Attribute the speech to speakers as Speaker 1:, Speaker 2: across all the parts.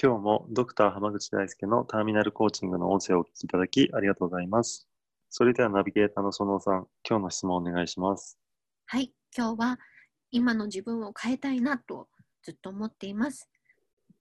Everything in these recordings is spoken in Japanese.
Speaker 1: 今日もドクター濱口大輔のターミナルコーチングの音声をお聞きいただきありがとうございますそれではナビゲーターの園尾さん今日の質問お願いします
Speaker 2: はい今日は今の自分を変えたいなとずっと思っています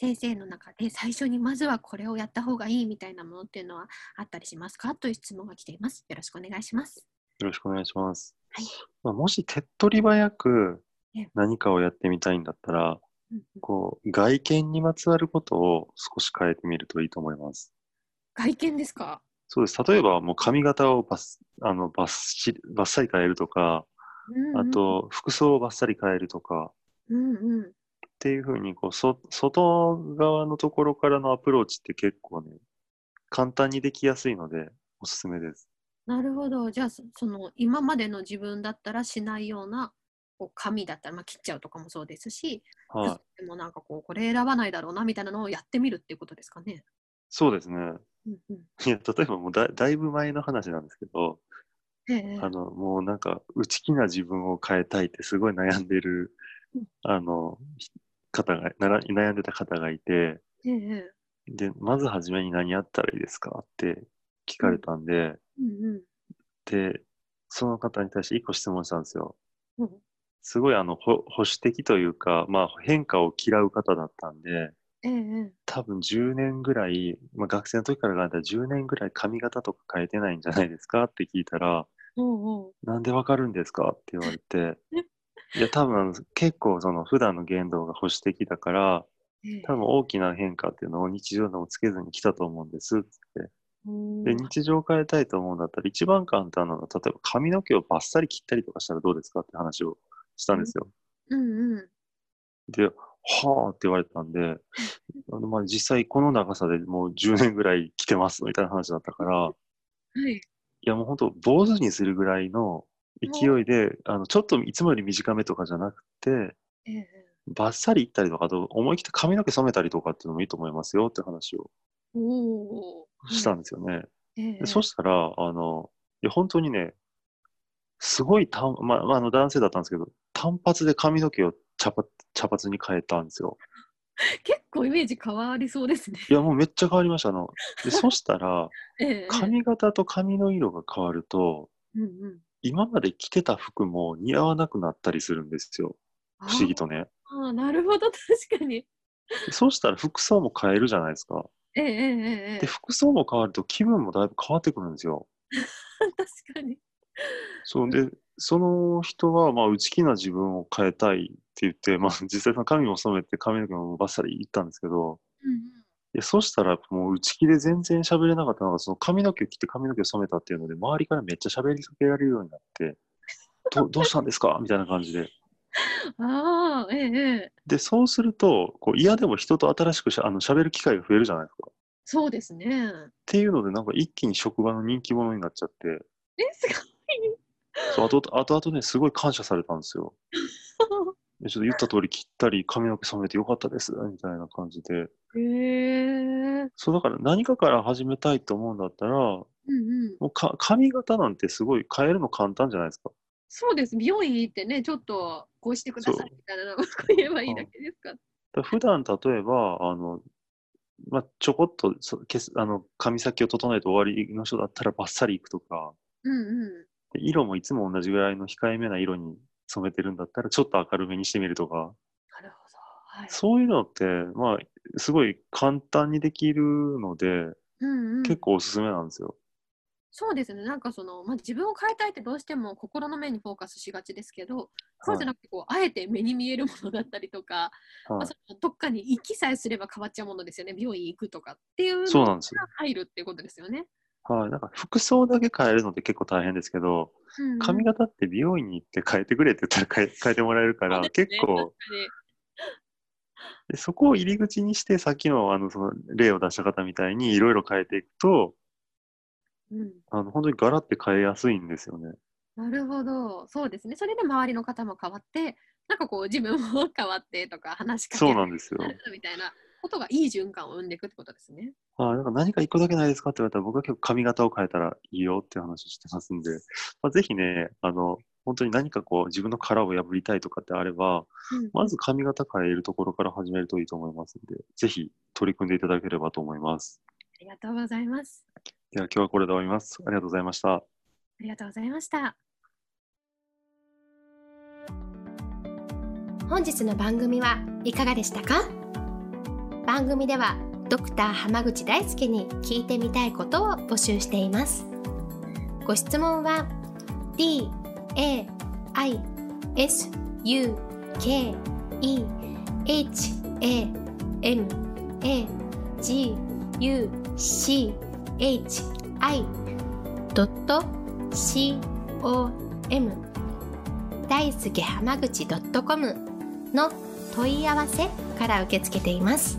Speaker 2: 先生の中で最初にまずはこれをやった方がいいみたいなものっていうのはあったりしますかという質問が来ていますよろしくお願いします
Speaker 1: よろしくお願いします、
Speaker 2: はい
Speaker 1: まあ、もし手っ取り早く
Speaker 2: ええ
Speaker 1: 何かをやってみたいんだったら
Speaker 2: うんうん
Speaker 1: こう外見にまつわることを少し変えてみるといいと思います
Speaker 2: 外見ですか
Speaker 1: そうです例えばもう髪型をバスあのバッシリバッサリ変えるとか
Speaker 2: うんうん
Speaker 1: あと服装をバッサリ変えるとか
Speaker 2: うんうん
Speaker 1: っていうふうにこうそ外側のところからのアプローチって結構ね簡単にできやすいのでおすすめです
Speaker 2: なるほどじゃあそその今までの自分だったらしないようなこう髪だったら、まあ、切っちゃうとかもそうですし、
Speaker 1: はい
Speaker 2: でもなんかこうこれ選ばないだろうなみたいなのをやってみるっていうことですかね。
Speaker 1: そうですね
Speaker 2: うんうん
Speaker 1: いや例えばもうだだいぶ前の話なんですけど、
Speaker 2: ええ
Speaker 1: あのもうなんか内気な自分を変えたいってすごい悩んでる
Speaker 2: うん
Speaker 1: あのひ方がなら悩んでた方がいて
Speaker 2: ええ
Speaker 1: でまず初めに何やったらいいですかって聞かれたんで、
Speaker 2: うんうん
Speaker 1: でその方に対して1個質問したんですよ。
Speaker 2: うん
Speaker 1: すごいあのほ保守的というか、まあ、変化を嫌う方だったんで
Speaker 2: ええ
Speaker 1: 多分10年ぐらい、まあ、学生の時から考えたら10年ぐらい髪型とか変えてないんじゃないですかって聞いたら
Speaker 2: おうおう
Speaker 1: なんでわかるんですかって言われ ていや多分あの結構その普段の言動が保守的だから
Speaker 2: ええ
Speaker 1: 多分大きな変化っていうのを日常でもつけずに来たと思うんですって
Speaker 2: うん
Speaker 1: で日常を変えたいと思うんだったら一番簡単なのは例えば髪の毛をバッサリ切ったりとかしたらどうですかって話をしたんですよ。
Speaker 2: うんうん
Speaker 1: で、はあって言われたんで、あのまあ、実際この長さでもう10年ぐらい来てますみたいな話だったから、
Speaker 2: はい。
Speaker 1: いやもう本当坊主にするぐらいの勢いで、あのちょっといつもより短めとかじゃなくて、
Speaker 2: ええ
Speaker 1: バッサリいったりとか、あと思い切って髪の毛染めたりとかっていうのもいいと思いますよって話を
Speaker 2: おお。
Speaker 1: したんですよね。
Speaker 2: うん。ええ
Speaker 1: でそしたら、あの、いや本当にね、すごい短、まあ、まあ、あの男性だったんですけど、単発で髪の毛を茶髪茶髪に変えたんですよ。
Speaker 2: 結構イメージ変わりそう ですね。
Speaker 1: いや、もうめっちゃ変わりました。あの、でそしたら、
Speaker 2: ええ
Speaker 1: 髪型と髪の色が変わると、
Speaker 2: うんうん。
Speaker 1: 今まで着てた服も似合わなくなったりするんですよ。不思議とね。
Speaker 2: ああ、なるほど、確かに。
Speaker 1: でそうしたら服装も変えるじゃないですか。
Speaker 2: ええええええ
Speaker 1: で、服装も変わると気分もだいぶ変わってくるんですよ。
Speaker 2: 確かに。
Speaker 1: そうで、その人は、まあ、内気な自分を変えたいって言って、まあ、 実際その髪も染めて髪の毛もバッサリいったんですけど、
Speaker 2: うん
Speaker 1: いやそうしたら、もう内気で全然喋れなかったのが、その髪の毛を切って髪の毛を染めたっていうので、周りからめっちゃ喋りかけられるようになって、ど どうしたんですかみたいな感じで。
Speaker 2: うん。ああ、ええええ
Speaker 1: で、そうすると、こう嫌でも人と新しくしゃあの喋る機会が増えるじゃないですか。っ
Speaker 2: そうですね。
Speaker 1: ていうので、なんか一気に職場の人気者になっちゃって、
Speaker 2: え、す
Speaker 1: そう後々後々ね、すごい感謝されたんですよ。
Speaker 2: ご
Speaker 1: でちょっと言った通り切ったり、髪の毛染めてよかったです、みたいな感じで。
Speaker 2: い。へえ。
Speaker 1: そう、だから何かから始めたいと思うんだったら、も
Speaker 2: うんうん。
Speaker 1: うか髪型なんてすごい変えるの簡単じゃないですか。
Speaker 2: そうです。美容院行ってね、ちょっとこうしてくださいみたいなのを言えばいいだけですか。
Speaker 1: だ普段例えばあの、まあ、ちょこっとそけすあの髪先を整えて終わりの人だったらバッサリいくとか
Speaker 2: うんうん。
Speaker 1: で色もいつも同じぐらいの控えめな色に染めてるんだったらちょっと明るめにしてみるとか
Speaker 2: なるほど。はい。
Speaker 1: そういうのって、まあ、すごい簡単にできるので
Speaker 2: うんうん。
Speaker 1: 結構おすすめなんですよ。
Speaker 2: そうですね、なんかその、まあ、自分を変えたいってどうしても心の面にフォーカスしがちですけど、そうじゃなくてこう、あえて目に見えるものだったりとか、ま
Speaker 1: は
Speaker 2: あ、
Speaker 1: い
Speaker 2: そ、のどっかに行きさえすれば変わっちゃうものですよね、病院行くとかっていう
Speaker 1: そう
Speaker 2: の
Speaker 1: な
Speaker 2: が
Speaker 1: んですよ。
Speaker 2: 入るっていうことですよね。
Speaker 1: はい、なんか服装だけ変えるのって結構大変ですけど
Speaker 2: うんうん
Speaker 1: 髪型って美容院に行って変えてくれって言ったら変え変えてもらえるから
Speaker 2: そうです
Speaker 1: 結
Speaker 2: ね
Speaker 1: 構
Speaker 2: 確かに
Speaker 1: でそこを入り口にして、さっきのあのその例を出した方みたいにいろいろ変えていくと、
Speaker 2: うん、
Speaker 1: あの本当にガラって変えやすいんですよね。
Speaker 2: なるほど、そうですね。それで周りの方も変わって、なんかこう自分も変わってとか話しかけ
Speaker 1: そう
Speaker 2: られ
Speaker 1: なんですよ。
Speaker 2: るみたいなことがいい循環を生んでいくってことですね。
Speaker 1: あなんか何か一個だけないですかって言われたら、僕は結構髪型を変えたらいいよっていう話をしてますんで、まあ、ぜひね、あの、本当に何かこう自分の殻を破りたいとかってあれば、
Speaker 2: うん
Speaker 1: まず髪型変えるところから始めるといいと思いますんで、ぜひ取り組んでいただければと思います。
Speaker 2: ありがとうございます。
Speaker 1: では今日はこれで終わります。ありがとうございました。
Speaker 2: ありがとうございました。
Speaker 3: 本日の番組はいかがでしたか番組ではドクター濱口大輔に聞いてみたいことを募集していますご質問は d a i s u k e h a m a g u c h i c o m 大輔濱口 .com の問い合わせから受け付けています